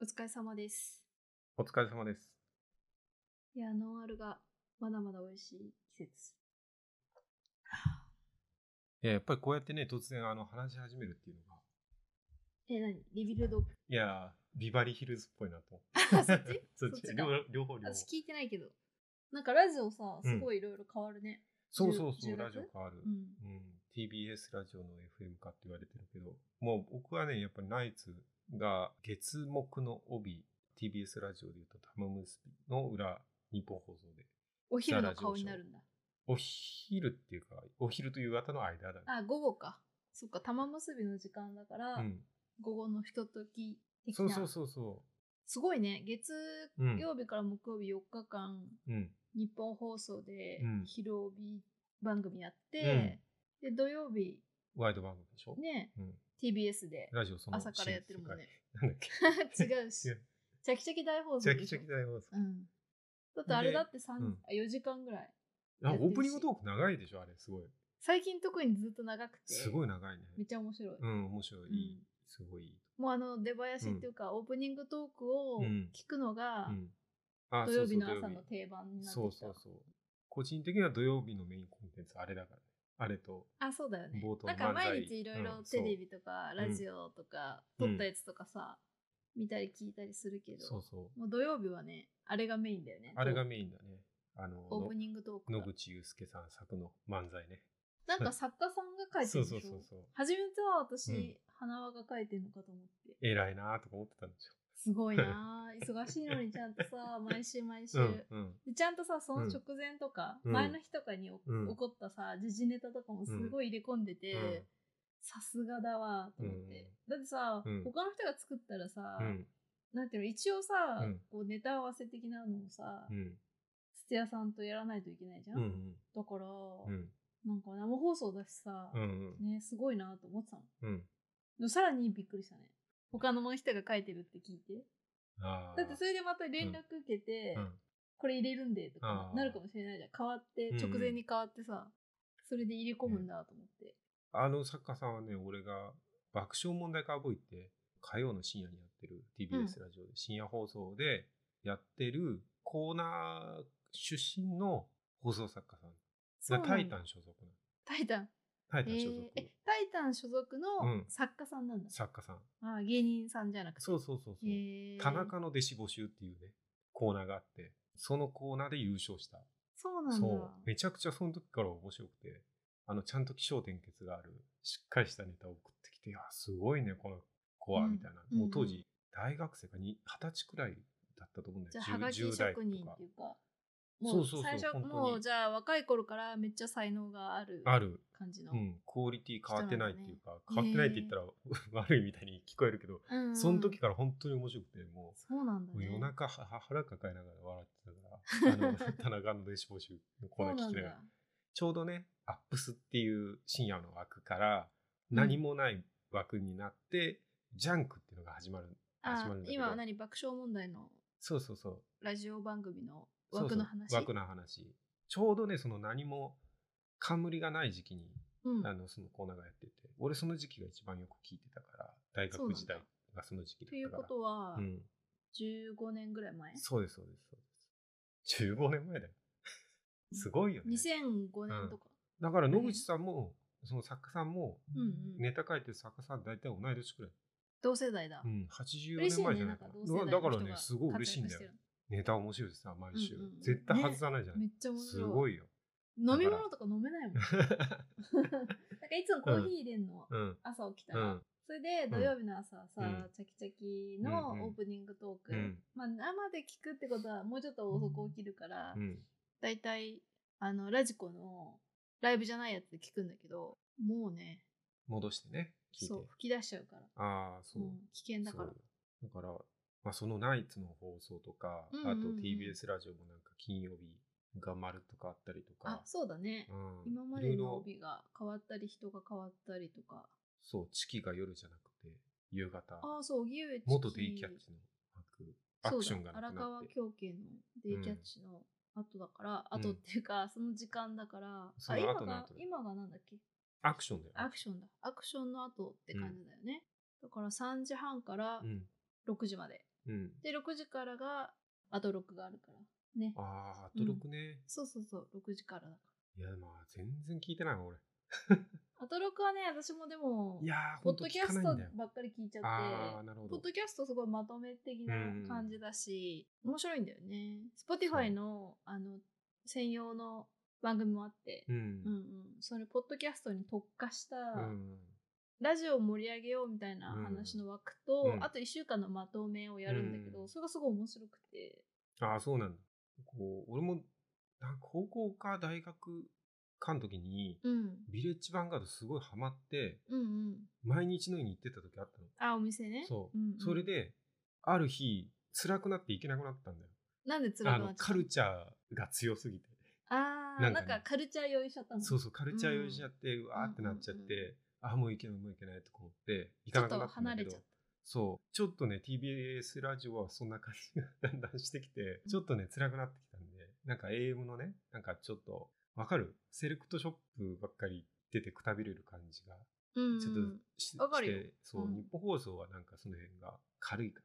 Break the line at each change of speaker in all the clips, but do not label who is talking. お疲れ様です。
お疲れ様です。
いや、ノンアルがまだまだ美味しい季節。
いや、やっぱりこうやってね、突然あの話し始めるっていうのが、
え、なにリビル ド
いやー、ビバリーヒルズっぽいなと。
あ、そっち
そっ
そっ
ち
ちか
両両方両方。
私聞いてないけど。なんかラジオさ、
う
す
ん
ごいいろいろ変わるね。
そうそうそ
10
う、ラジオ変わる
う。ん。
うん、TBS ラジオの FM かって言われてるけど、もう僕はね、やっぱりナイツが月木の帯、TBS ラジオで言うと玉結びの裏、日本放送で。
お昼の顔になるんだ。
お昼っていうか、お昼と夕方の間だね。
あ、午後か。そっか、玉結びの時間だから、
うん。
午後のひととき的
そ
な。
うそうそうそ
すごいね。月
う。うん。
曜日から木曜日4日間、
うん。
日本放送で
うん
昼帯番組やって、で、土曜日、
ワイド番組でしょ、
ね、
うん。
TBS で
ラジオその
朝からやってるもんね。。
なんだっ け
違うし
違う。
チャキチャキ大放
チ
送
ャ
で
キ
し
チ
ょ
ャキ大放送。
うん。だってあれだって三
うん
あ4時間ぐらい。
あオープニングトーク長いでしょあれ、すごい。
最近特にずっと長くて。
すごい長いね。
めっちゃ面白い。
うん、面白い。
うん
すごいいい。
もうあの出囃子っていうか、オープニングトークを
うん
聞くのが
うん。あ
土曜日の
そうそ
朝
う
の定番になってきた。
そうそうそう。個人的には土曜日のメインコンテンツ、あれだからね。あれと。
あ、そうだよね
冒頭。
な
の
んか毎
漫才
日いろいうろ
ん
テレビとか
う
ラジオとか撮ったやつとかさ、見たり聞いたりするけ
そう
ど、
そう。
もう土曜日はね、あれがメインだよね。
あれがメインだね。あの、
オープニングトーク
野
が。
口祐介さん作の漫才ね。
なんか作家さんが書いて
そう
るでし
そ
ょ
うそうそう。
初めては私、
うん
花輪が書いてるのかと思って。
偉いなーとか思ってたんでし
すごいな あ忙しいのにちゃんとさ、毎週毎週。
ょ。うんうん。
でちゃんとさ、その
うん
直前とか、
うん
前の日とかにお、
うん
起こったさ、時事ネタとかもすごい入れ込んでて、
うん
さすがだわ、と思って。だってさ、
うん
他の人が作ったらさ、
うん。
なんていうの、一応さ、
うん
こうネタ合わせ的なのをさ
う、ん。
土屋さんとやらないといけないじゃん。
うん。
だから、
うん。うん。
なんか生放送だしさ、
うん。
ね、すごいなと思ってたの。
うん。
でもさらにびっくりしたね。他の人が書いてるって聞いて。
ああ。
だってそれでまた連絡受けて、
うんうん
これ入れるんでとか
あー
なるかもしれないじゃん。変わって
う、んうん
直前に変わってさ、それで入れ込むんだと思って。
あの作家さんはね、俺が爆笑問題カーボーイって火曜の深夜にやってる
うん
TBS ラジオで深夜放送でやってるコーナー出身の放送作家さんがタイタ
ン。
ン所属なの
タイタン。
タイ
え
タン所
ー
属、
え、タイタン所属
う
の
ん
作家さんなんだ。
作家さん。
あー芸人さんじゃなくて。
そうそうそうそう。
へー
田中の弟子募集っていうね、コーナーがあって、そのコーナーで優勝した。
そうなんだ。
そう。めちゃくちゃその時から面白くて、あの、ちゃんと気象転結がある、しっかりしたネタを送ってきて、いや、すごいね、この子
う
は、
ん
みたいな。
うん
もう当時、大学生かに二十歳くらいだったと思うんだ
じゃ
よ。
あ、はがき
10代
職人
と
っ
か
てい。うか。
そ
も
う
う
そうそう
最初、
本当に
もうじゃあ若い頃からめっちゃ才能がある
ある。
感じの。
うん。クオリティ変わってないっていうか、
人
変わ
なんだね
ってないって言ったら 悪いみたいに聞こえるけど、
うんうん
その時から本当に面白くて、もう。
そうなんだ
もう
ね。
夜中はは腹抱えながら笑って たから、あの、田中の弟子募集のコ
そ
ーナ
うなん
ー聞きながら
だ。。
ちょうどね、アップスっていう深夜の枠から、
うん
何もない枠になって、ジャンクっていうのが始まる。始
あ
まるんだけど
今は何爆笑問題の
そうそうそう。
ラジオ番組の
そう
枠
そう
の話
枠の話。ちょうどね、その何も冠がない時期に、
うん
あの、そのコーナーがやってて、俺その時期が一番よく聞いてたから、大
そうなんだ
学時代がその時期だ
という
った
こ
から。
とは、
うん。
15年ぐらい前
そうです、そうです、そうです。15年前だよ。すごいよ
2005
ね。
年とか、
だから野口さんも、その作家さんも、
うんうん
ネタ書いてる作家さん大体同い年くらい。
同世代だ、
うん、84
嬉し
年
いね
前じ
な
ゃなんい
か
かな。
同世代の
だ
人
か
が
らね、すごい嬉しいんだ
活
よ
躍。
ネタ面白いですさ、毎週。
うんうんうん
絶対外さないじゃ
してる
な
め
い。
っちゃ面白い
すごいよ。
飲み物とか飲め ないもんなんかいつもコーヒー入れんの、
うん、
朝起きた
う
ら、
ん、
それで土曜日の朝さ、
うん
チャキチャキ
うんう
の
ん
オープニングトーク、
うん
まあ、生で聞くってことはもうちょっと遅く起きるから、
うん。
大体あのラジコのライブじゃないやつで聞くんだけどもうね
戻してね、聞いて
そう。吹き出しちゃうから、
ああ、そうう。
ん、危険だから
そうだから、まあ、そのナイツの放送とか、
うんうんうん
あと TBS ラジオもなんか金曜日が丸とかあったりと
あ
か、
そうだね、
うん、
今ま
いろ
で
い
の
ろ
帯が変わったり人が変わったりとか
そう、チキが夜じゃなくて、夕方、
ああそう荻上チキ
元デイキャッチの枠、アクションが
そうだ
なく
荒
な
川
って。
京慶のデイキャッチの後だから、後っていうかその時間だから、
そ
あ
の
今
後の
が
後だ
今がなんだっけ
アクションだよ。
アクションだアクションの後って感じだよね、だから3時半から
うん。
6時まで
うん。
で、6時からが、あと6があるから。ね。
ああ、アトロクね。
そうそうそう、6時からだか
いや、まあ、全然聞いてないわ、俺。
ら。あと6はね、私もでも
い、やー、
ポ
ほ
ッ
んと
ドキ
聞
ャ
か
ス
ない
ト
んだよ。
ばっかり聞いちゃ
ああ、
っ
なるほ
て、ポ
ど
ッ。ドキャストすごいまとめ的な感じだし、面白いんだよね。Spotify の、あの、専用の番組もあって、
うん。
うんうん、それ、ポッドキャストに特化した、
うん。
ラジオを盛り上げようみたいな話の枠と、
うん
あと1週間のまとめをやるんだけど、
うん
それがすごい面白くて。
ああ、そうなんだ。こう、俺も、なんか高校か大学かの時に、
うん。
ビレッジヴァンガードすごいハマって、
うんうん。
毎日のように行ってた時あったの。
あ、お店ね。
そう。
んん
それ。で、ある日、辛くなって行けなくなったんだよ。
なんで辛
あ
くな
の、
っちゃ
カルチャーが強すぎて。
ったあー
な
なんん
か
か、
ね
カルチャー用意しちゃったの。
そうそう、カルチャー用意しちゃって、うわーってなっちゃって、
うんうん
あ、もういけない、もういけないとか思って、行
ち
か
ょ
な
っ
くな
と
ったんだ
離
け
れち
ど
ゃっ。
そう。ちょっとね、TBS ラジオはそんな感じが だんだんしてきて、ちょっとね、辛くなってきたんで、なんか AM のね、なんかちょっと、わかるセレクトショップばっかり出てくたびれる感じが、
た。うん、うん。
ちょっとし、
わかるよ
して、そう、
うん
日本放送はなんかその辺が軽いか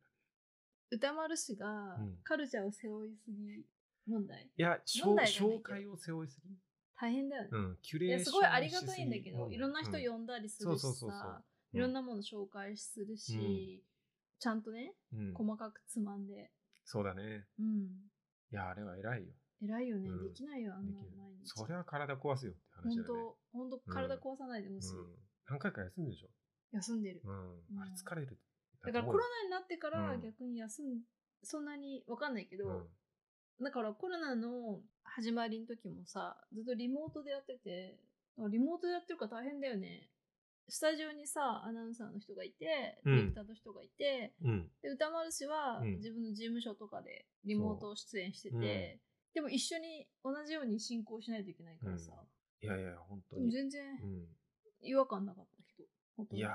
歌丸氏が
うん
カルチャーを背負いすぎ問題。
ら。いや、しょ
問
う
題じゃないけど
紹介を背負いすぎ
大変だよね。
うん、キュレ
い
ーション
やすごいありがたいんだけ
しす
ど、
ぎ
いろんな人
う
呼んだりするし
そうそうそうそう
さ、いろんなもの紹介するし、ちゃんとね、
うん
細かくつまんで。
そうだね。
うん。
いや、あれは偉いよ。
偉いよね、
うん
できないよ、あん
で
な
きる
の毎日。
それは体壊すよって話だ
本
よね。
当本当体壊さないでほしい、
うん、何回か休んでるでしょ。
休んでる
う。ん。あれ疲れる。
だからコロナになってか
う
ら
ん
逆に休ん、そんなにわかんないけ
ナ
ど、だからコロナの始まりの時もさ、ずっとリモートでやってて、リモートでやってるから大変だよね。スタジオにさ、アナウンサーの人がいて、
う
デ
ん
ィレクターの人がいて、
うん。うん。
で歌丸氏は
うん
自分の事務所とかでリモート出演してて、
そううん
でも一緒に同じように進行しないといけないからさ、
いやいや、本当
でも
に。
全然
うん。
違和感なかった人。ほとんど
いやー、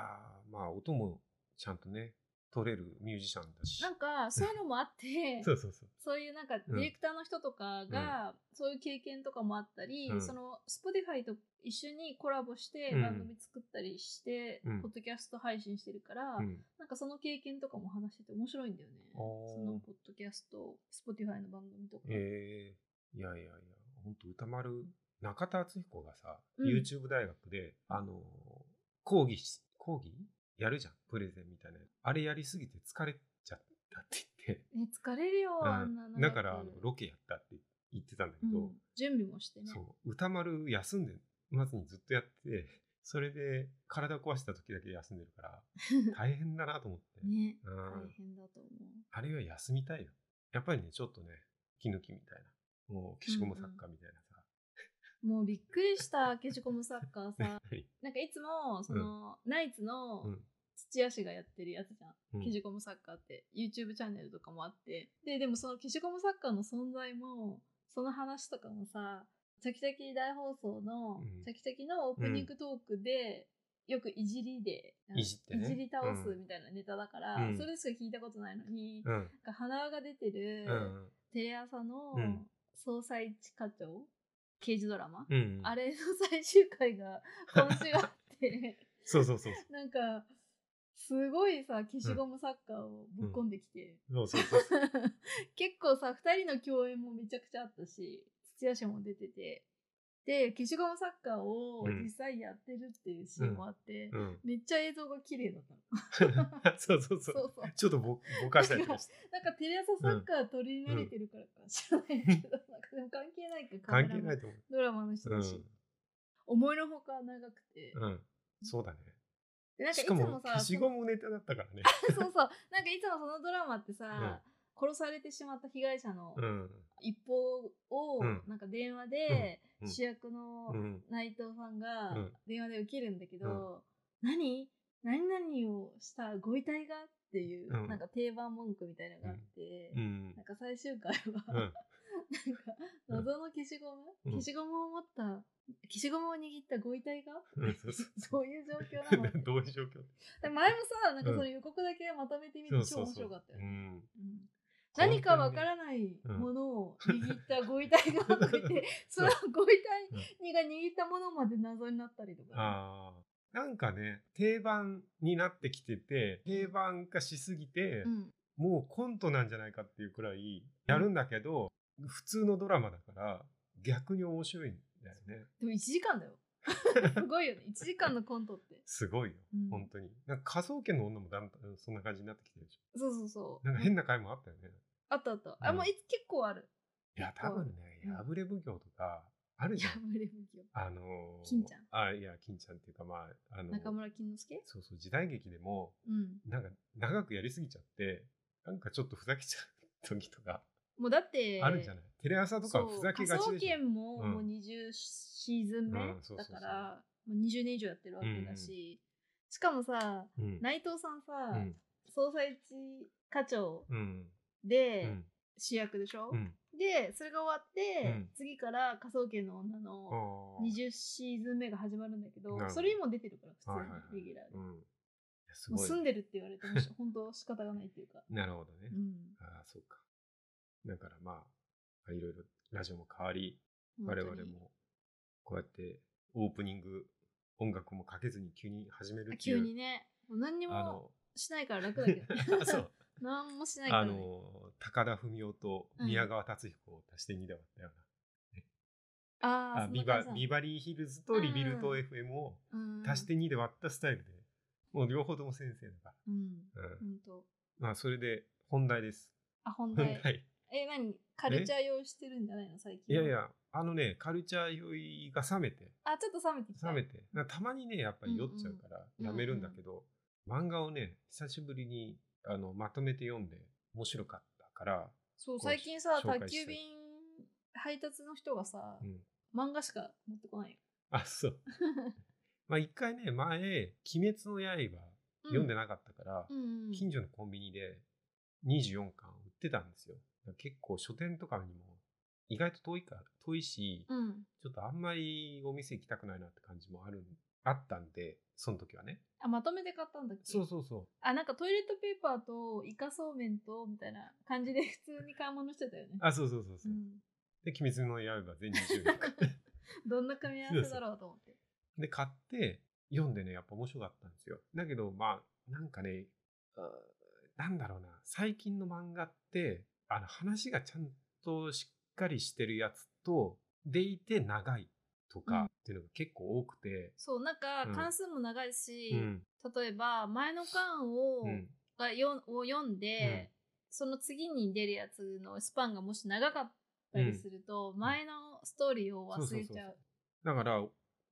まあ、音もちゃんとね、取れるミュージシャンだし。
なんかそういうのもあって
そうそうそう。
そういうなんかディレクターの人とかが、そういう経験とかもあったり、
うん
その Spotify と一緒にコラボして
うん
番組作ったりして、
うん
ポッドキャスト配信してるから、
うん。
なんかその経験とかも話してて面白いんだよね。
おー
そのポッドキャスト、Spotify の番組とか。
ええいやいやいや、本当歌丸、中田敦彦がさ、
うん
YouTube 大学で、あのー、講義し、講義やるじゃん、プレゼンみたいな。あれやりすぎて疲れちゃったって言って。
ね疲れるよ、あんな
うんだから、あの
ロ
ロケやったって言ってたんだけ
うん
ど、
準備もしてね。
そう、歌丸休んで、まずにずっとやって、それで体壊した時だけ休んでる から、大変だなと思って。
ね、
うん
大変だと思う。
あれは休みたいよ。やっぱりね、ちょっとね、息抜きみたいな。もう消しゴム作家みたいなさ。
もうびっくり した、消しゴムサッカーさ。
はい
なんかいつも、その、ナイツの
うん
土屋氏がやってるやつじゃん。
うん
消しゴムサッカーって、YouTube チャンネルとかもあって。で、でもその消しゴムサッカーの存在も、その話とかもさ、チャキチャキ大放送の、
うん
チャキチャキのオープニングトークで、よくいじりで、
いじってね
いじり倒すみたいなネタだから、
うん
それしか聞いたことないのに、
う
なん
ん。
か鼻が出てる、
うん。
テレ朝の
うん
捜査一課長、刑事ドラマ、
うん。
あれの最終回が今週あって
そうそうそう。
なんかすごいさ消しゴムサッカーをぶっ込んできて、
そうそうそう。
結構さ2人の共演もめちゃくちゃあったし土屋氏も出ててで消しゴムサッカーを
うん
実際やってるっていうシーンもあって、
うん。
めっちゃ映像が綺麗だったの。
そうそう そ。
そううそう。
ちょっとぼぼかしたりと かして。
なんかテレ朝サッカー取り慣れてるからか知らないけど、なんかでも関係ないか、。
関係ないいと思
ドラマの人だし、
う。
思いのほか長くて。
うん。うん。そうだね。
でなんかい
し
つ
か
も
も、
さ、
消し
その
ゴムネタだったからね。
そうそう。なんかいつもそのドラマってさ、殺されてしまった被害者の
うん。
一報を、
うん
なんか電話で
うん
主役の
うん。
内藤さん
う
が
ん
電話で受けるんだけど、何何々をしたご遺体がっていう、
うん
なんか定番文句みたいなのがあって、
うん。
なんか最終回は、
う
なんか
ん。うん
謎の消しゴム、
うん
消しゴムを持った、消しゴムを握ったご遺体が、
うんそうそう
そういう状況なのって
どういう状況
で前もさ、なんかその予告だけまとめてみて超面白かったよ
う
ね。
ん。
うん何かわからないものを握ったご遺体が動い て、そのご遺体が握ったものまで謎になったりとか。
ああ。なんかね、定番になってきてて、定番化しすぎて
う、ん
もうコントなんじゃないかっていうくらいやるんだけど、普通のドラマだから逆に面白いんだよね。
でも1時 間だよ。すごいよね。1時間のコントって。
すごいよ、
うん
本当に。なんか科捜研の女もだんだんそんな感じになってきてるでし
そうそうそう。
ょ。なんか変な回もあったよね。
あったあった。あ、
うん
もうい結構ある。
いや、多分ね、
うん
破れ奉行とかあるじ
や
ゃん。
ぶれむぎよ。
あのー
金ちゃん
あ、いや、金ちゃんっていうか、まあ、あのー
中村金之助
そうそう、時代劇でも、
うん。
なんか長くやりすぎちゃって、なんかちょっとふざけちゃう時とか
もうだって、
あるんじゃない、テレ朝とかふざけがち
そう科
でし
捜
ょ。
研も
うん
もう20シーズン目
うんそうそう
だ
そう
から、もう20年以上やってるわけだし、しかもさ、
うん
内藤さん
う
さ、
ん
捜査一課長
うんう
で
ん
主役でしょ、
うん
で、それが終わって、
うん
次から科捜研の女の、
あー
20シーズン目が始まるんだけど
なるほど
それにも出てるから
はい
普
は
通
いはい
にレギュラーで、
うんいやす
もう
ごい
住んでるって言われてもし本当仕方がないっていう か、
なるほどね
う。ん、
ああ、そうか。だからまあ、いろいろラジオも変わり、
本
我
当に
々もこうやってオープニング、音楽もかけずに急に始める
あ
っていう。
急にねもう何にも
あの、
しないから楽だけど
あそう。
何もし ないか
あ
ら、ね、
の、高田文夫と宮川達彦を足して2で割ったような。
あー
あ
そん
ビ
な
バ
感じだ
ビバリーヒルズとリビルト FM を
うん
足して2で割ったスタイルで、もう両方とも先生だか
うん
ら。うん
本当
まあ、それで本題です。
あ本
本
題
題。
え何カルチャー用意してるんじゃないの最
い
近
やいや、あのね、カルチャー酔いが冷めて、
あちょっと冷めてきた
冷めて、なたまにね、やっぱり酔っちゃうから
うん
やめるんだけど、漫画をね、久しぶりにあのまとめて読んで面白かったから、
そう
こう
最近さ
紹
宅
介した
急
い
便配達の人がさ、
うん
漫画しか持ってこないよ、
あ、そう。まあ一回ね、前、鬼滅の刃読んで
ない、
なかったから、
うんうん
近所のコンビニで24巻売ってたんですよ。だから結構書店とかにも意外と遠いから、遠いし、
うん、
ちょっとあんまりお店行きたくないなって感じもある、あったんで、その時はね。
あまとめて買ったんだっけ
そうそうそう。
あなんかトイレットペーパーとイカそうめんとみたいな感じで普通に買い物してたよね、
あ、そうそうそうそうう。
ん、
で、鬼滅の刃全24巻。
どんな組み合わせだろうと思って
で、買って、読んでね、やっぱ面白かったんですよ。だけど、まあ、なんかね、あーなんだろうな、最近の漫画って、あの、話がちゃんとしっかりしてるやつと、でいて長いと
うん
かっていうのが結構多くて、
そうなんか
うん
関数も長いし、
うん、
例えば前の巻を,、
うん、
がよを読んで、その次に出るやつのスパンがもし長かったりすると、前のストーリーを忘れちゃう
そうそうそうだから、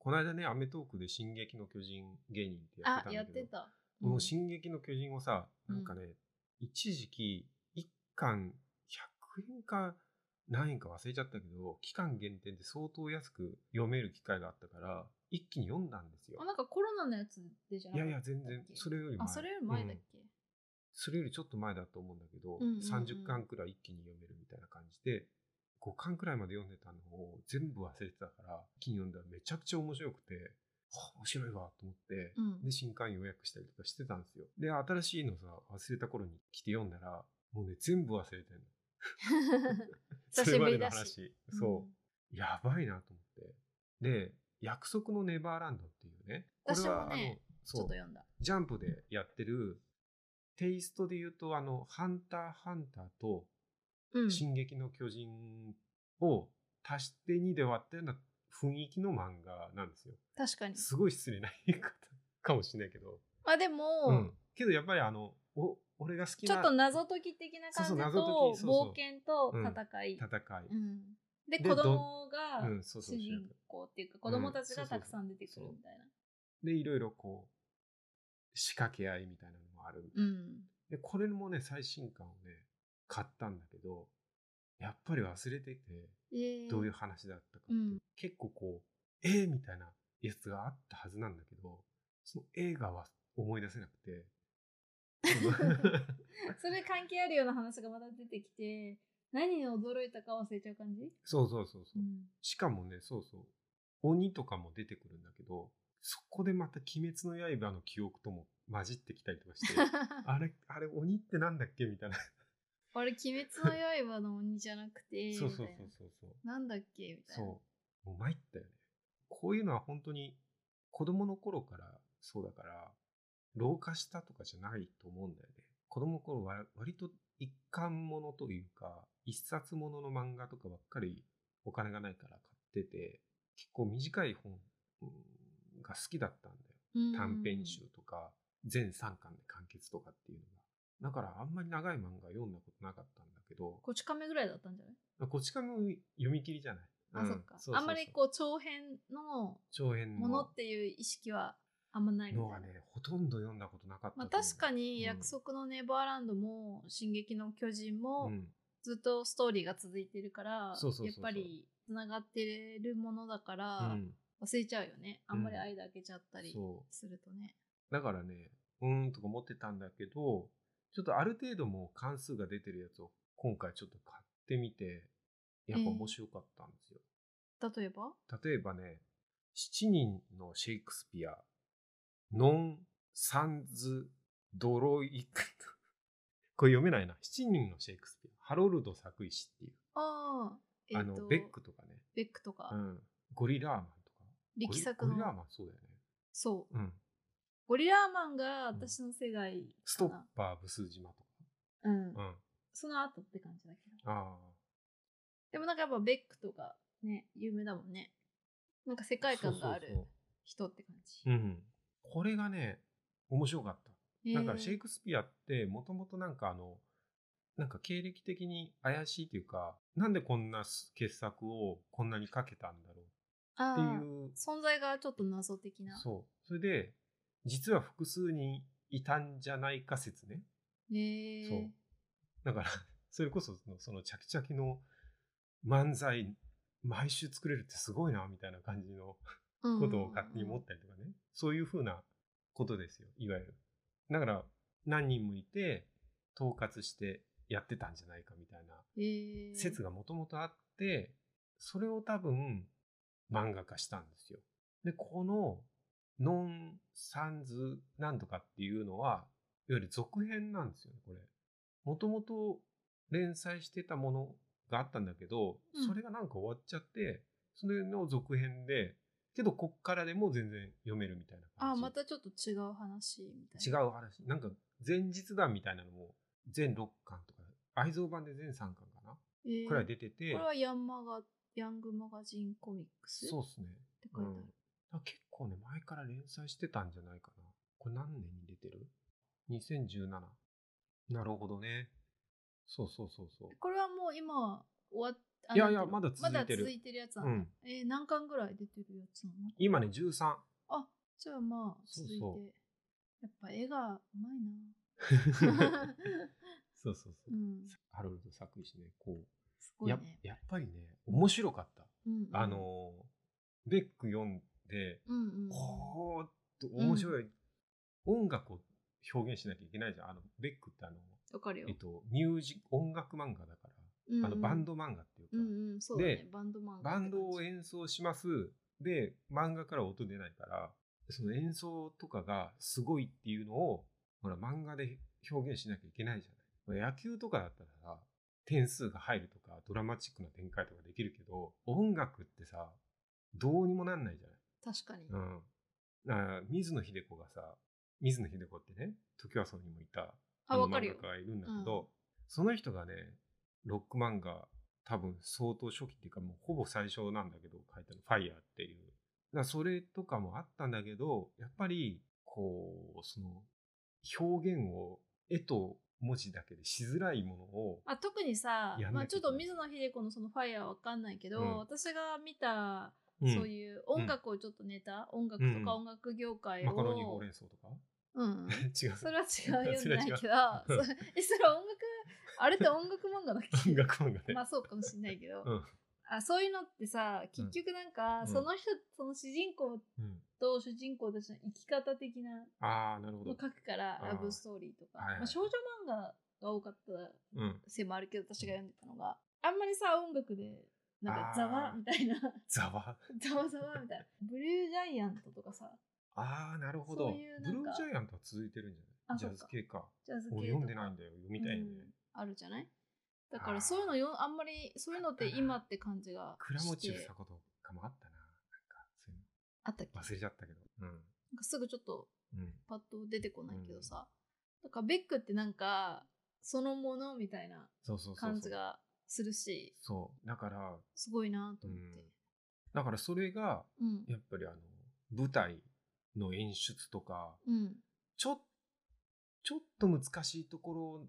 この間ね、アメトークで進撃の巨人芸人ってやってた
あ
んだけど、
やってた、
もう「
ん
進撃の巨人」をさなんかね、一時期1巻100円か何円か忘れちゃったけど期間限定で相当安く読める機会があったから一気に読んだんですよ
あ。なんかコロナのやつでじゃ
い
な
や
かっ
い
た
や
っけ
全然それより前
あそれより前だっ
うん
け、
それよりちょっと前だと思うんだけど、
うんうんうん
30巻くらい一気に読めるみたいな感じで5巻くらいまで読んでたのを全部忘れてたから一気に読んだらめちゃくちゃ面白くて、はあ面白いわと思って
うん
で、新刊予約したりとかしてたんですよ。で、新しいのさ、忘れた頃に来て読んだら、もうね、全部忘れてんの。
久しぶりだし
それまでの話。そう。やばいなと思って。で、約束のネバーランドっていうね。これは、
私もね
あの、
ちょ
そ
っ
う
と、読んだ
ジャンプでやってる、テイストで言うと、あの、ハンターハンターと、
うん
進撃の巨人を足して2で割ったような雰囲気の漫画なんですよ。
確かに
すごい失礼な言い方かもしれないけど。
まあでも、
うん、けどやっぱりあのお俺が好き
ちょ
な
っと謎解き的な感じ
そ
と
うそう謎解きそうそ
冒
う
険と戦い、
戦い、
うんで
で
子供が
うんそうそう
主人公っていうか子供たちがたくさん出てくるみたいな
でいろいろこう仕掛け合いみたいなのもある、
うん
でこれもね最新刊をね買ったんだけどやっぱり忘れてて
えー
どういう話だったかって、
うん
結構こうえー、みたいなやつがあったはずなんだけどその映画は思い出せなく て
それ関係あるような話がまた出てきて何に驚いたか忘れちゃう感じ、、
そうそうそうそううんしかもね、そうそう。鬼とかも出てくるんだけど、そこでまた鬼滅の刃の記憶とも混じってきたりと かして、あれ、あれ鬼ってなんだっけみたいな。
俺「鬼滅の刃」の鬼じゃなくて
そうそうそう
みたいな
そうそう。
なんだっけみたい
そう。
な
もう参ったよね。こういうのは本当に子供の頃からそうだから、老化したとかじゃないと思うんだよね。子供の頃は割と一貫ものというか、一冊ものの漫画とかばっかりお金がないから買ってて、結構短い本うんが好きだったんだよ。短編集とか、全3巻で完結とかっていうのが。だからあんまり長い漫画読んだことなかったんだけど、
こち亀ぐらいだったんじゃない
こっちからも読み切りじゃない。
あ、
うん
そっか
うそうそう
あんまりこう長編の
長編
もの
の
っていう意識はあんまないみ
の
た
が
いな
ね、ほとんど読んだことなかったと
ま
思
あ、
う。
確かに
うん
約束のネバーランドも「進撃の巨人」
う
も
ん
ずっとストーリーが続いてるから、
そうそうそうそう
やっぱりつながってるものだから、
うん
忘れちゃうよねあんまり間開けちゃったり
そう
するとね。
だからね、うーんとか思ってたんだけど、ちょっとある程度もう関数が出てるやつを今回ちょっと買ってみて、やっぱ面白かったんですよ。
例えば
例えばね、7人のシェイクスピア、ノン・サンズ・ドロイク。 これ読めないな。7人のシェイクスピア。ハロルド作石っていう。
ああ、えっ、
あ
と
の、ベックとかね。
ベックとか、
うん。ゴリラーマンとか。
力作
ゴリゴリラー
の
マンそうだよね。
そう
うん。
ゴリラーマンが私の世代かな、
ストッパー・ブス島と
うん
か。うん。
その後って感じだけど
あ
でもなんかやっぱベックとかね有名だもんねなんか世
あ。
界観があ
そうそう
る
そう
人って感じ
うん。これがね、面白かった。なんかシェイ
ク
クスピアってもともとなんかあのなんか経歴的に怪しいというかなんでこんな傑作をこんなに書けたんだろう
っ
っていう
存在がちょっと謎的な
そうそれで実は複数人いたんじゃないか説ね
へ
そ
え
うだから それこそそのそのチャキチャキの漫才毎週作れるってすごいなみたいな感じの
うん
ことを勝手に持ったりとかね、そういうふうなことですよ、いわゆる。だから、何人もいて、統括してやってたんじゃないかみたいな
へえ
説がもともとあって、それを多分漫画化したんですよ。で、このノン・サンズなんとかっていうのは、いわゆる続編なんですよね、これ。もともと連載してたものがあったんだけど、
うん
それがなんか終わっちゃって、それの続編で、けどこっからでも全然読めるみたいな感
あ
じ。
またちょっと違う話みたい
違う話。なんか前日談みたいなのも全6巻とか、愛蔵版で全3巻かな
な違
くらい出てて。
これはヤンマガヤングマガジンコミックス
そう
っ
ですね。
て
う
書いてあ
ん
る、、
あ結構ね、前から連載してたんじゃないかな。これ何年に出てる ?2017。なるほどね。そうそうそうそう。
これはもう今は終わっあ
いやい
な
や、
んてうの
まだ続いてる
まだ続。いてるやつなん
う
だ、
ん、
えー何巻ぐらい出てるやつなの
今ね、13。
あじゃあまあ
そう
続い
そ
て
う
やっぱ絵がうまいな
そうそうそうう。
ん
ハロルド作詞ね、こ
す
う、
ごい
や
ね、
やっぱりね、面白かった。
うんうん
あのー、ベック読んで、
うんうん
ほーっと面白い、音楽を表現しなきゃいけないじゃん。あの、ベックってあの、
わかるよ
えっと、ミュージック、音楽漫画だから、あのバン
ド
ド漫画っていうか、
うんうんそうだね
で
バンドマン
バンドを演奏しますで漫画から音出ないからその演奏とかがすごいっていうのをほら漫画で表現しなきゃいけないじゃない野球とかだったらさ点数が入るとかドラマチックな展開とかできるけど音楽ってさどうにもなんないじゃない
確かに
うん。だから水野秀子がさ、水野秀子ってね、時はそうにもいた、
あわかるよ
漫画家がいるんだけ
う
ど、その人がね、ロック漫画、多分相当初期っていうか、もうほぼ最初なんだけど、書いたの、ファイヤーっていう。だからそれとかもあったんだけど、やっぱり、こう、その、表現を、絵と文字だけでしづらいものを、
あ特にさ
や、ん
ま
な
あ、
き
ちょ
ゃい
っ
けない
と水野秀子のその「ファイヤーわかんないけど、
うん
私が見た
うん
そういう音楽をちょっとネタ、音楽とか音楽業界を、
マカロニほうれん草とか
うん、
違う。
それは違うよ
それは違う
ないけどそれえそれは音楽あれって音楽漫画だっけ
音楽漫画ね。
まあそうかもしれないけど、
うん
あそういうのってさ結局なんか、
うん
その人その主人公
うん
と主人公たちの生き方的な
ああ、なるほ
のを
ど。
書くから
あー
ラブストーリーとか、
はいはい
まあ、少女漫画が多かった
うん。
せいもあるけど私が読んでたのがあんまりさ音楽でなんか
あー
ざわみたいな
ざわ。
ざわざわみたいなブルージャイアントとかさ
ああ、なるほ
そ
ど。
ういうなんか
ブルージャイアントは続いてるんじゃ
あ
ないジ
そっか
ャズ系か。
ジャズ系
俺
とか
読んでないんだよ。読みたいね。
うんあるじゃないだか
あー
らそういうのよあんまりそういうのって今って感じが
倉
し
持
て
房子とかもあったな。なんか、そういう
あったっけ
の忘れちゃったけど。うん。
なんかすぐちょっと
うん。
パッと出てこないけどさ、だからベックってなんか、そのものみたいな
そうそうそうそう。
感じがするし、
そう。だから、
すごいなと
う
思っ
ん
て。。
だからそれが、
うん。
やっぱりあの、舞台の演出とか、
うん。
ちょ、ちょっと難しいところ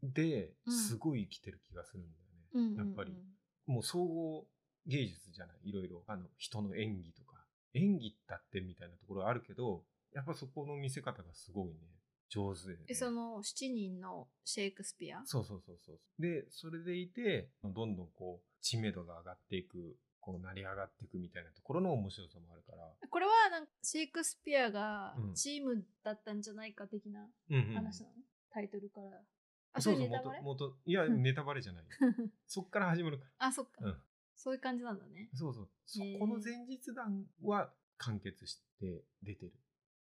で
うん
すごい生きてる気がするんだよね。
うん。
やっぱりもう総合芸術じゃないいろいろあの人の演技とか演技だってみたいなところはあるけどやっぱそこの見せ方がすごいね上手で、ね、
え、その7人のシェイクスピア
そうそうそうそうでそれでいてどんどんこう知名度が上がっていくこう成り上がっていくみたいなところの面白さもあるから、
これはなんかシェイクスピアが
うん
チームだったんじゃないか的な
うんうん
話なの、タイトルから。あ、そ
そう
れ
そう
ネタ
元
バレ
元いや
うん
ネタバレじ ゃないそっから始まるか
あ、そっか、
ら、うん、
そういう感じなんだね。
そうそうそ
へー
この前日談は完結して出てる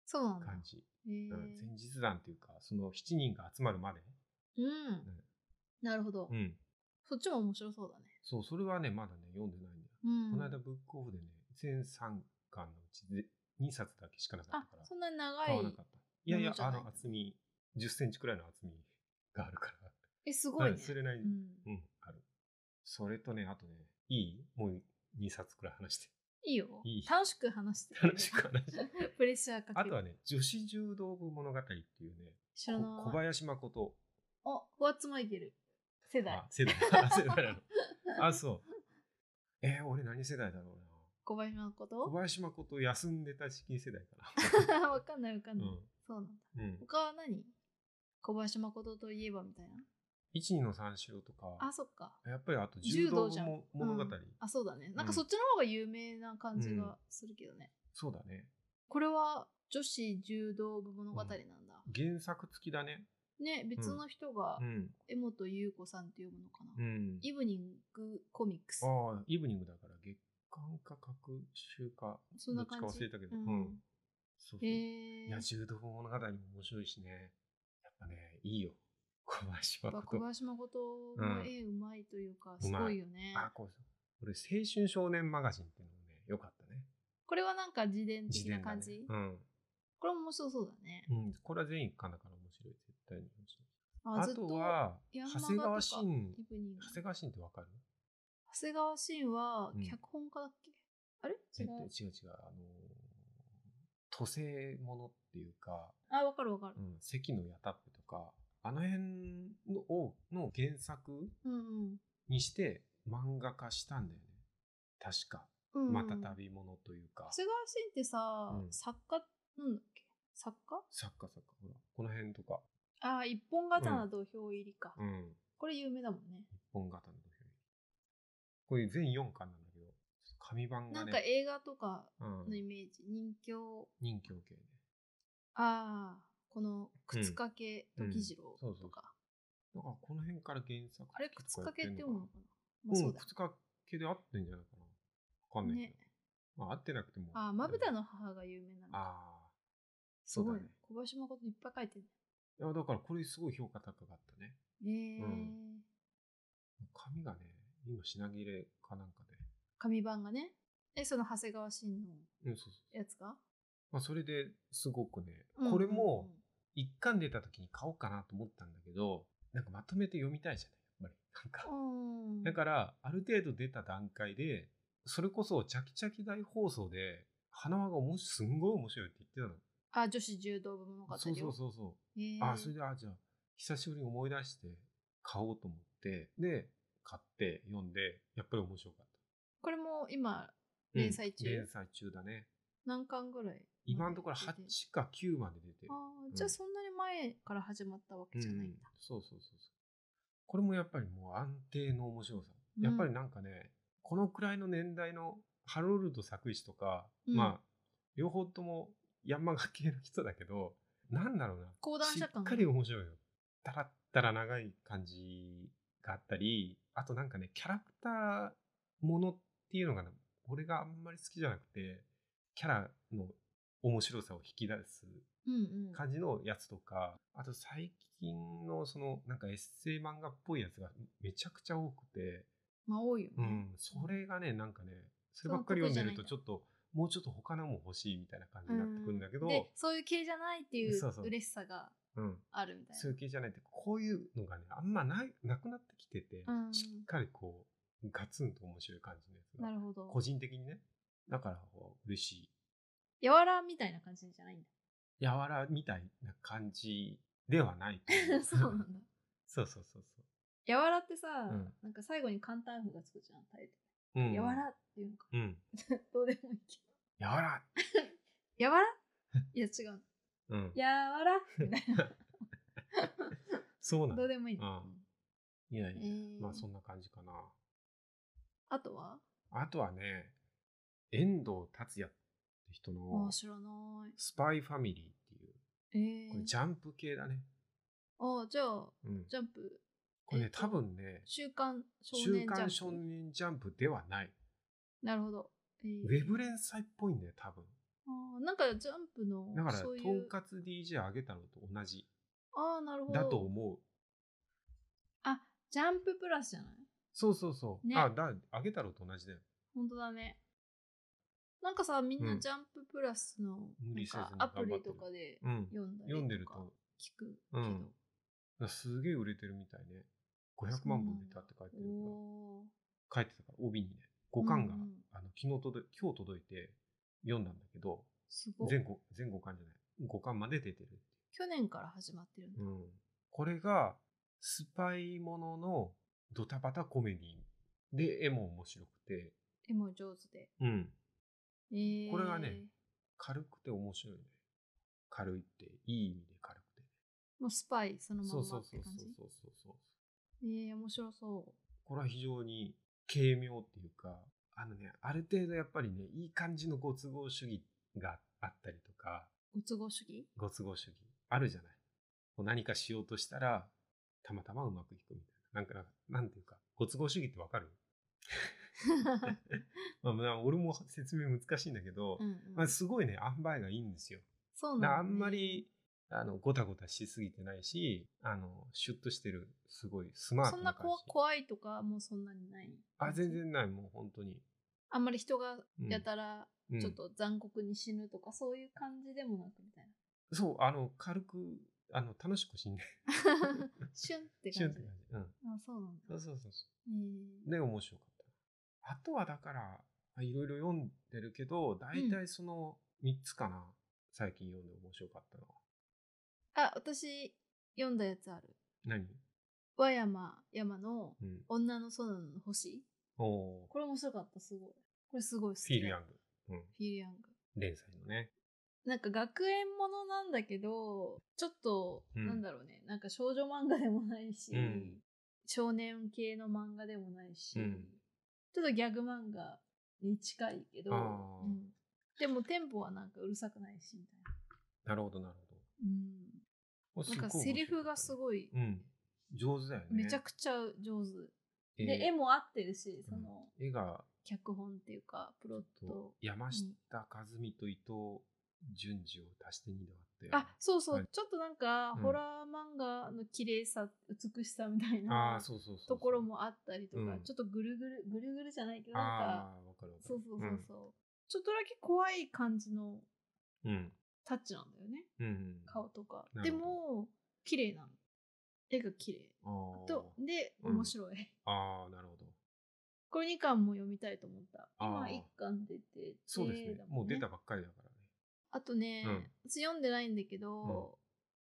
そうなんだ。
感じ
へー
うん前日談というかその7人が集まるまで、
うん。なるほど、
うん、
そっちも面白そうだね。
そうそれはねまだね読んでないんだよ、
うん。
この間ブックオフでね全3巻のうちで2冊だけしかなか
あ
ったから、
そんなに長
買わないか。ったいやい
も
や
のじゃ
あ
ない
の厚み10センチくらいの厚みがあるから
え、すごいね。
うんそれなり
う
に
ん、
うんあるそれとねあとねいいもう2冊くらい話して
いいよ
いい
楽しく話して。
楽しく話して
プレッシャーかける。
あとはね女子柔道部物語っていうね
知らない
こ小林誠
あ、フォアツマイケル。世代
あ。世代世代なのあそうえー俺何世代だろうな
小林誠
小林誠休んでた時期世代 か
わかんないわかん
な。
な
う
い。
ん。
そうなんだ。
うん。
他は何小林誠といえばみたいな。
一二の三四郎と
あ、
か、
そっか。
やっぱりあと
柔
柔
道
道
じゃん
も物語、
うんあ、そうだね。なん
う
か
ん
そっちの方が有名な感じがするけどね。
そうだね。
これは女子柔道部物語なんだ。
原作付きだね。
ね、別の人が
うん。
江本優子さんっていうものかな。
うん。
イブニングコミックス。
ああ、イブニングだから月間か隔週か、
そんな感じ
どっちか忘れたけど。
う
うんん。そうそう。
へ
い
え。
や、柔道物語も面白いしね。やっぱね、いいよ。 小林
やっぱ小
誠。
林誠も絵うまいというか、
ん
すごいよね。
あ、こう俺、青春少年マガジンっていうのもね、よかったね。
これはなんか自伝的
自
な
伝だ
感
ね
じ、。
うん。
これも面白そうだね。
うん、これは全一巻だから面白い、絶対に面白い。
あ
あ
ずっ
と
と
は、
ヤンマガとか
長谷川慎
イ、ブニング
長谷川慎ってわかる
長谷川慎は
うん
脚本家だっけ、あれ違
えっ
う
と、違う違う、あのー、都政ものっていうか、
あ、わかるわかる
う。ん、関の矢タップとか、あの辺のをの原作
うんうん。
にして漫画化したんだよね。確か。
うんうん
また旅ものというか
長、谷川慎ってさ、
うん
作家なんだっけ作家
作家作家、ほら、この辺とか、
ああ、一本刀土俵入りか、
うん、
これ有名だもんね。
一本型の土俵にこれ全4巻なんだけど、ちょっと紙版
な
が
んか
ね、
映画とか
うん
のイメージ、人形、
人形系ね。
ああ、この靴掛け時次郎
うんうんそう
と
そう
か。
だからこの辺から原作
あれ、靴掛けって読むのかな、まあ、
う
そ
ん、
う
靴
だ。
掛けで合ってんじゃないかな。わかんないけど。
ね
まあ合ってなくても。
ああ、まぶたの母が有名なのか。
ああ。
すごい
そうだ
ね
ね。
小林誠いっぱい書いてる。
いや、だからこれすごい評価高かったね。
ええー
うん紙がね、今品切れかなんか
紙版がね。え、その長谷川慎の
で。うん、そうそう。
やつが
まあそれですごくね、これも、一巻出た時に買おうかなと思ったんだけど、なんかまとめて読みたいじゃないやっぱり。なん
うん
か。
うんうん
だから、ある程度出た段階で、それこそチャキチャキ大放送で、花輪がおもしすんごい面白いって言って
あ、女子柔道部物
た
語
の。そうそう
う。
そうそう。
えー、
あ、それで、あ、じゃあ、久しぶりに思い出して、買おうと思って、で、買って、読んで、やっぱり面白かっ
これも今、
た。
連載中
連載中だね。
何巻ぐらい
今のところ
ま
8
で出て
か9まで出てる
あ。ーじゃあそんなに前から始まったわけじゃないんだ。
そうそうそうそう。これもやっぱりもう安定の面白さ。やっぱりなんかね、このくらいの年代のハロルド作詞とか、
うん
まあ、両方とも山が系の人だけど、なんだろうな。
講談社感
しっかり面白いよ。だらったら長い感じがあったり、あとなんかね、キャラクターものっていうのがね、俺があんまり好きじゃなくて、キャラの面白さを引き出す
うんうん。
感じのやつとか、あと最近のそのなんかエッセイ漫画っぽいやつがめちゃくちゃ多くて、
まあ多いよね。
うん、それがね、なんかね、そればっかり
その
読んでる
得意じゃないん
と
だ
ちょっと、もうちょっと他のも欲しいみたいな感じになってくるんだけど、
でそういう系じゃないっていう
そうそう
嬉しさが
うん。
あるみたいな。
通勤じゃないって、こういうのがね、あんまない、なくなってきてて、
うん
しっかりこう、ガツンと面白い感じのやつ
な
が。
るほど。
個人的にね。だから、こう嬉しい。
柔らみたいな感じじゃないん
柔らみたいな感じではないと思
だ。 そうなんだ。
そうそうそうそ
柔らってさ、
ん
なんか最後に簡単符がつくじゃん、タイ
う。うん。
柔らっていうのか。
うん。
どうでもいいけ
柔ら
ど。 柔らいや、違う。
うん。
柔らみ たいな。
そうなん
ど
だ
う。でもいいの。
うんいやいや、
えー
まあそんな感じかな。
あとは
あとはね、遠藤達也って人
あ
の
あ、知らない。
スパイファミリーっていう、
え
これ
ー、
ジャンプ系だね。
ああ、じゃあ、
うん。
ジャンプ、
これ
え
ね
っ、と
多分ね、
週刊少
週
年ジャン
刊
プ。
少年ジャンプではない。
なるほど。えー
ウェブ連載っぽいんだよ、多分。
あーなんかジャンプの
だから、と
そうい
ん
う。
かつ DJ あげ太郎と同じ
ああ、なるほど。
だと思う。
あ、ジャンププラスじゃない
そうそうそう。
ね
あ、だ、あげ太郎と同じだよ。
本当だね。なんかさ、みん
う
なんジャンププラスの
無
なん
理せずに
か
頑張
ア
ってる
プリとかで
うん。
読んだり
読んでる
とか
と、
聞く
う
け
ん。だか
ど。
らすげえ売れてるみたいね。500万本売れたって書いてるから。
おー
書いてたから帯にね五巻が、
うんうん
あの昨日届い今日届いて読んだんだけど
すごい。
全五全五巻じゃない五巻まで出てる、
去年から始まってるんだ。
うん、これがスパイもののドタバタコメディで絵も面白くて、
絵も上手で。
うん、
えー、
これがね。軽くて面白いね軽いっていい意味で軽くて、
もうスパイそのま
そ
ん
うそ
ま
う
っ
そ
て
う
感
そう
じ。
そうそうそう
えー、面白そう。
これは非常に軽妙っていうかあのねある程度やっぱりねいい感じのご都合主義があったりとか
ご都合主 義
ご都合主義あるじゃない。こう何かしようとしたら、たまたまうまくいくみたいな。なんか、なんていうか、ご都合主義ってわかるまあ、まあ俺も 説明難しいんだけど、
うん、う
まあ、
ん。
すごいね、塩梅がいいんですよ。
そう
だか
なんだ、
らあんま。り、あの、ごたごたしすぎてないし、あの、シュッとしてる、すごいスマー
そ
ト
ん
な
な
感
怖
じ。
怖いとかもそんなにない。
あ、全。然ない、もう本当に。
あんまり人が
うん
やたら
うん
ちょっと残酷に死ぬとか、そういう感じでもなくみたい な。
そう、あの、軽く、あの、楽しく死んで、
シュンって
シュン
感
っ
じ
て感じ。 うん。
あそうなん
そ
だ
うそうそうそう。
へー
ね、面白かった。あとはだから、あいろいろ読んでるけど、大体その3つかな。最近読んで面白かったのは。
あ私読んだやつある
何
和山山の
うん。
女の園の星
おー
これ面白かったすごいこれすごい好
フィール・ヤン
グ
グ。うん。
フィールヤング
連載のね。
なんか学園ものなんだけどちょっと、
うん
なんだろうねなんか少女漫画でもないし、
うん
少年系の漫画でもないし、
うん
ちょっとギャグ漫画に近いけど、
あー
うんでもテンポはなんかうるさくないしみたいな
なるほど、なるほ
うん
ど。
なんかセリフがす
ご
ごい
い、面白かったね。うん。上手だよね。
めちゃ
ち
くちゃ上手。
ゃ
で、絵も合ってるし、そ
うん
の、
絵が、
脚本っていうか、プロット。
山下和美と伊藤淳二を足して2で割って。
あ、そうそう、
はい
ちょっとなんか、
うん
ホラー漫画の綺麗さ、美しさみたい
あー
な
そうそうそうそう。
ところもあったりとか、
うん
ちょっとぐるぐる、ぐるぐるじゃないけど、なんか、
ああー、わかるわかる。
そうそうそうそう、ちょっとだけ怖い感じの
うん。うん。
タッチなんだよね、
うんうん。
顔とか。
な
で
るほど
も、綺麗なの。絵が綺麗。
あー
と、で、
うん
面白い。
あー、なるほど。
これ2巻も読みたいと思った。今
あー
1巻出てて、
そうですね。
だ
も
ん
う出た。ばっかりだからね。
あとね、
うん
私読んでないんだけど、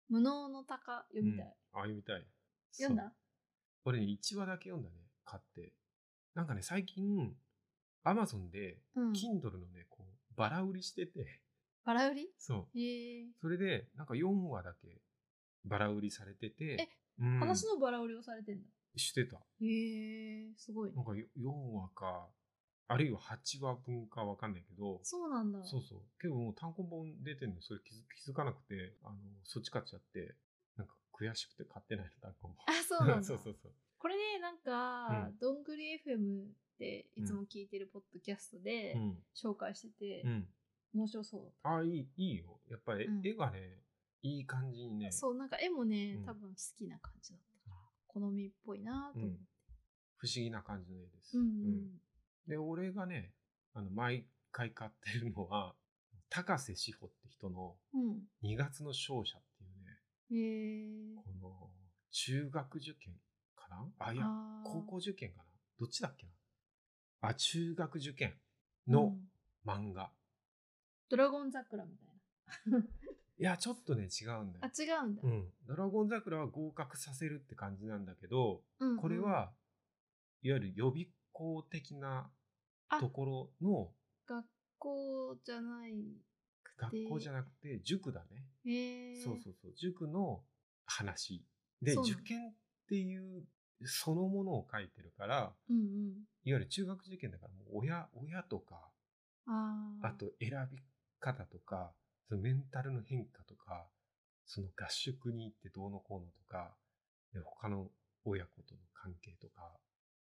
無能の鷹読みたい。
うんあ、読みたい。
読ん
そう
だ
俺ね、1話だけ読んだね、買って。なんかね、最近、アマゾンで、
うん。
Kindle のね、こう、バラ売りしてて、
バラ売り
そう。
へえ。
それで、なんか4話だけ、バラ売りされてて、うん
話のバラ売りをされてんだ。
してた。
へえ、すごいね
なん。かよ4話か、あるいは8話分かわかんないけど、
そうなんだ。
そうそう。けどもう単行本出てんの、それ気づ気づかなくて、あの、そっち買っちゃって、なんか悔しくて買ってないの、単行
あ、そうなん
本。
だ。
そうそうそう。
これね、なんか、
うん
どんぐり FM っていつも聞いてるポッドキャストで
うん。
紹介してて、
うん。
面白そうだった。
ああ、いい、いいよ。やっぱり
うん
絵がね、いい感じにね、
そう、なんか絵もね、
うん
多分好きな感じだったから、好みっぽいなと思って。
不思議な感じの絵です。
うん、う
うん
ん。
で、俺がね、あの、毎回買ってるのは、高瀬志保って人の
うん。
2月の勝者っていうね、
えへえ。
この中学受験かなあいや
あー
高校受験かなどっちだっけなあ中学受験の
うん
漫画、
ドラゴン桜みたい
いやちょっとね違うんだ
な。
よ
あ、、違うんだ
う。ん、ドラゴン桜は合格させるって感じなんだけど
うんうん
これは、いわゆる予備校的な
あ
ところの
学校じゃないくて。
学校じゃなくて塾だね、
へえ。
そうそうそう塾の話で
そうな
受
の
験っていうそのものを書いてるから
う。うん
いわゆる中学受験だからもう親親とか
うん。ああ。
あと選び方とかそのメンタルの変化とかその合宿に行ってどうのこうのとかで他の親子との関係とか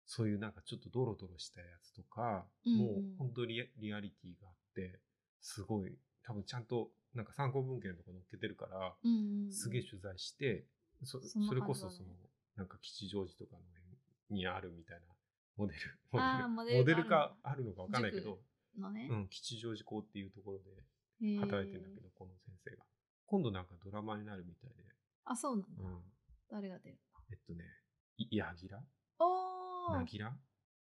そういうなんかちょっとドロドロしたやつとか、
うんうん
もう本当にリアリアリティがあってすごい多分ちゃんとなんか参考文献とか載っけてるから、
うんうんうん。
すげえ取材してそ
そんな
それこ
感
そ
じ
そ
だ
の
ね
なんか吉祥寺とかの辺にあるみたいなモデル
あー
モ
モ
デ
デ
ル
ル
モデル
が
かあるのかわかんないけど、
のね
う。ん、吉祥寺校っていうところで
へえ
働いてるんだけど、この先生が今度なんかドラマになるみたいで、
あ、そうなん
う
だ。
ん、
誰が出る
えっとねいヤギラ
お
ナ
ー
ギラ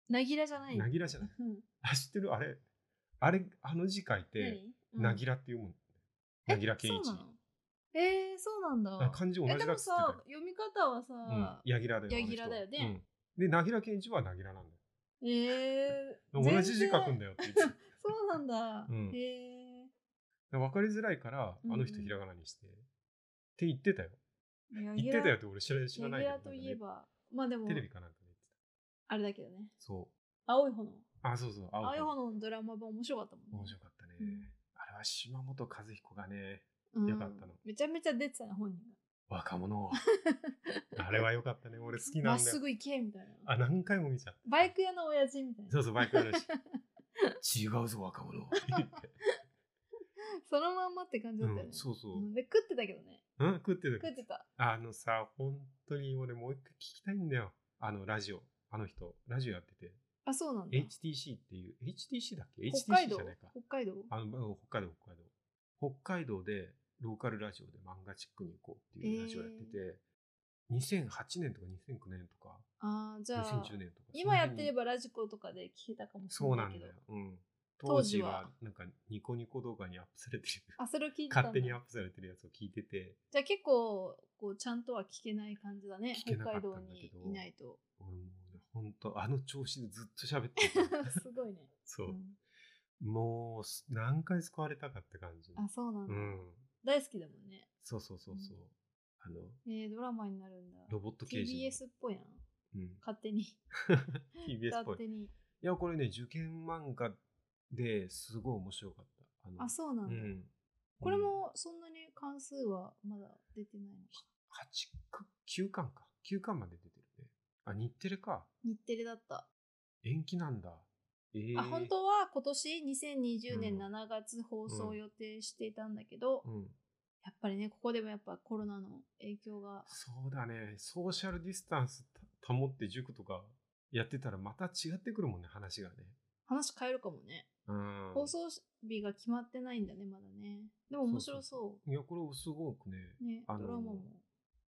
なぎらじゃない。
ナギラじゃない
うん
あ知ってるあれあれあの字書いて
何うん
ナギラって読むのナギラ健一
えそうなのえー、そうなん
あ
だ。
漢字同じだ
え、
っ
で
つってた
もさ
よ、
読み方は
うん
さ、
ヤギラだよ
ヤギラだよね
あの人うんでナギラ健一はナギラなんだよ
え
同
ー、
じ字書くん
だ。
だよって 言って
そうなんだ。
うん
え
分かりづらいからあの人ひらがなにして、って言ってたよ
ー、ヤ
言ってたよって俺知ら知らないけど
ヤギラといえば、まあでも
テ、レビかなんかで言ってた
あれだけどね。
そう
青い炎。
あ、そうそう、青
青い炎のドラマ版面白かったもんね。
面白かったね。
うん
あれは島本和彦がね、
うん
よかったの
めちゃめちゃ出てたね、本人
若者 を。あれは良かったね。俺好き
が。ま
な
っ
んだ
す
よ。
ぐ行けみたいな。
あ、何回も見ちゃった。
バイク屋の親父みたい
そ
な。
うそう、バイクだ し。違うぞ、若者。って言って
そのまんまって感じだったよね
うん、。そうそう
う。んで、食ってたけどね。
うん、食って
食
た
っ。てた。
あのさ、本当に俺もう一回聞きたいんだよ。あのラジオ。あの人、ラジオやってて。
あ、そうなんだ。
HTC っていう、HTC だっけ
北海
?HTC
道
じゃないか。
北海道
あの、うん北海道、北海道。北海道で、ローカルラジオで漫画チックに行こうっていうラジオやってて、2008年とか2009年とか、
ああ、じゃあ、
2010年とか。
今やってれ
ば
ばラジコとかで聞けたかもしれ
そう
な
ない
け
ん
ど
だよ。。うん。当
当
時
時
は
は、
なんか、ニコニコ動画にアップされてる。
あ、それを聞いてたんだ
勝手にアップされてるやつを聞いてて、
じゃあ結構、こう、ちゃんとは聞けない感じだね。
聞け
北
なかった
海
んだけど
道にいないと。
俺もうね、ほんと、あの調子でずっと喋って た。
すごいね。
そうう。
ん
もう、何回救われたかって感じ。
あ、そうなん
う
だ。
ん。
大好きだもんね。
そうそうそうそう。
うん
あの、
えー、ドラマになるんだ。
ロボット刑事の。
TBS っぽいな。
うん。
勝手に。
TBS っぽい
勝。手に。
いや、これね、受験漫画ですごい面白かった。あの
あ、そうなん
う
だ。
ん。
これもそんなに関数はまだ出てないのか。
うん、8、9巻か。9巻まで出てるね。あ、日テレか。
日テレだった。
延期なんだ。えー、
あ本当は今年2020
う
年
ん
7月放送
う
を
ん
予定していたんだけど、
うん。
やっぱりねここでもやっぱコロナの影響が
そうだね。ソーシャルディスタンスた保って塾とかやってたらまた違ってくるもんね、話がね。
話変えるかもね、
うん。
放送日が決まってないんだねまだねでも面白そう
いや、これすごくね、
ね
あ
ドラ
の
マも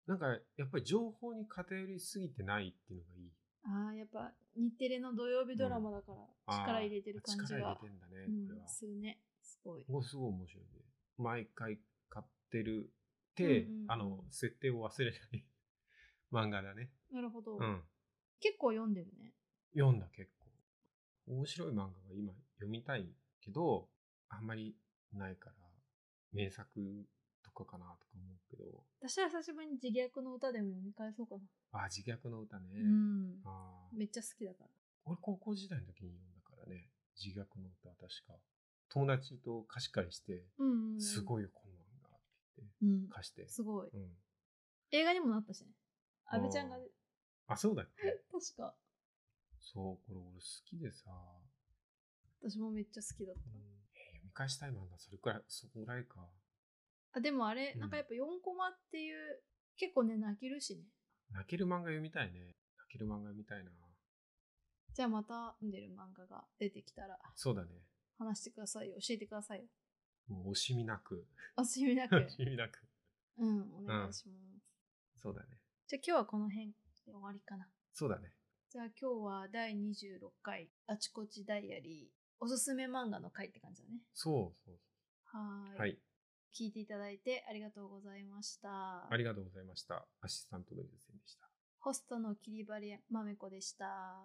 なんかやっぱり情報に偏りすぎてないっていうのがいい。
あーやっぱ日テレの土曜日ドラマだから
あー
力入れてる感じ
力
が
入れ、てんだね、
うん
これは。
するねすごい
ここすごい面白いね。毎回買ってるって、
うんうんうん
あの、設定を忘れない 漫画だね。
なるほど、
うん。
結構読んでるね
読んだ結構。面白い漫画が今読みたいけど、あんまりないから、名作とかかなとか思うけど、
私は久しぶりに自虐の歌でも読み返そうかな、
あ、自虐の歌ね。
うん
あー
めっちゃ好きだから
俺高校時代の時に読んだからね、自虐の歌確か。友達と貸し借りして、
うんうんうん
すごいよ、この漫画って言って、
うん
貸して。
すごい
うん。
映画にもなったしね。
あー
阿部ちゃんが出、
あ、そうだっけ
確か。
そう、これ俺好きでさ、
私もめっちゃ好きだった。
うんえー読み返したい漫画、それくらい、そこぐらいか。
あ、でもあれ、
うん
なんかやっぱ4コマっていう、結構ね、泣けるしね。
泣ける漫画読みたいね。泣ける漫画読みたいな。
じゃあまた読んでる漫画が出てきたら、
そうだね。
話してくださいよ。教えてくださいよ。
もう惜しみなく。
おすみなく。
惜しみなく。
うん、お願いします。
そうだね。
じゃあ今日はこの辺で終わりかな。
そうだね。
じゃあ今日は第26回、あちこちダイアリー、おすすめ漫画の回って感じだね。
そうそう
は
そ
ー
う。はい。
聞いていただいてありがとうございました。
ありがとうございました。アシスタントの先生でした。
ホストのキリバリ豆子でした。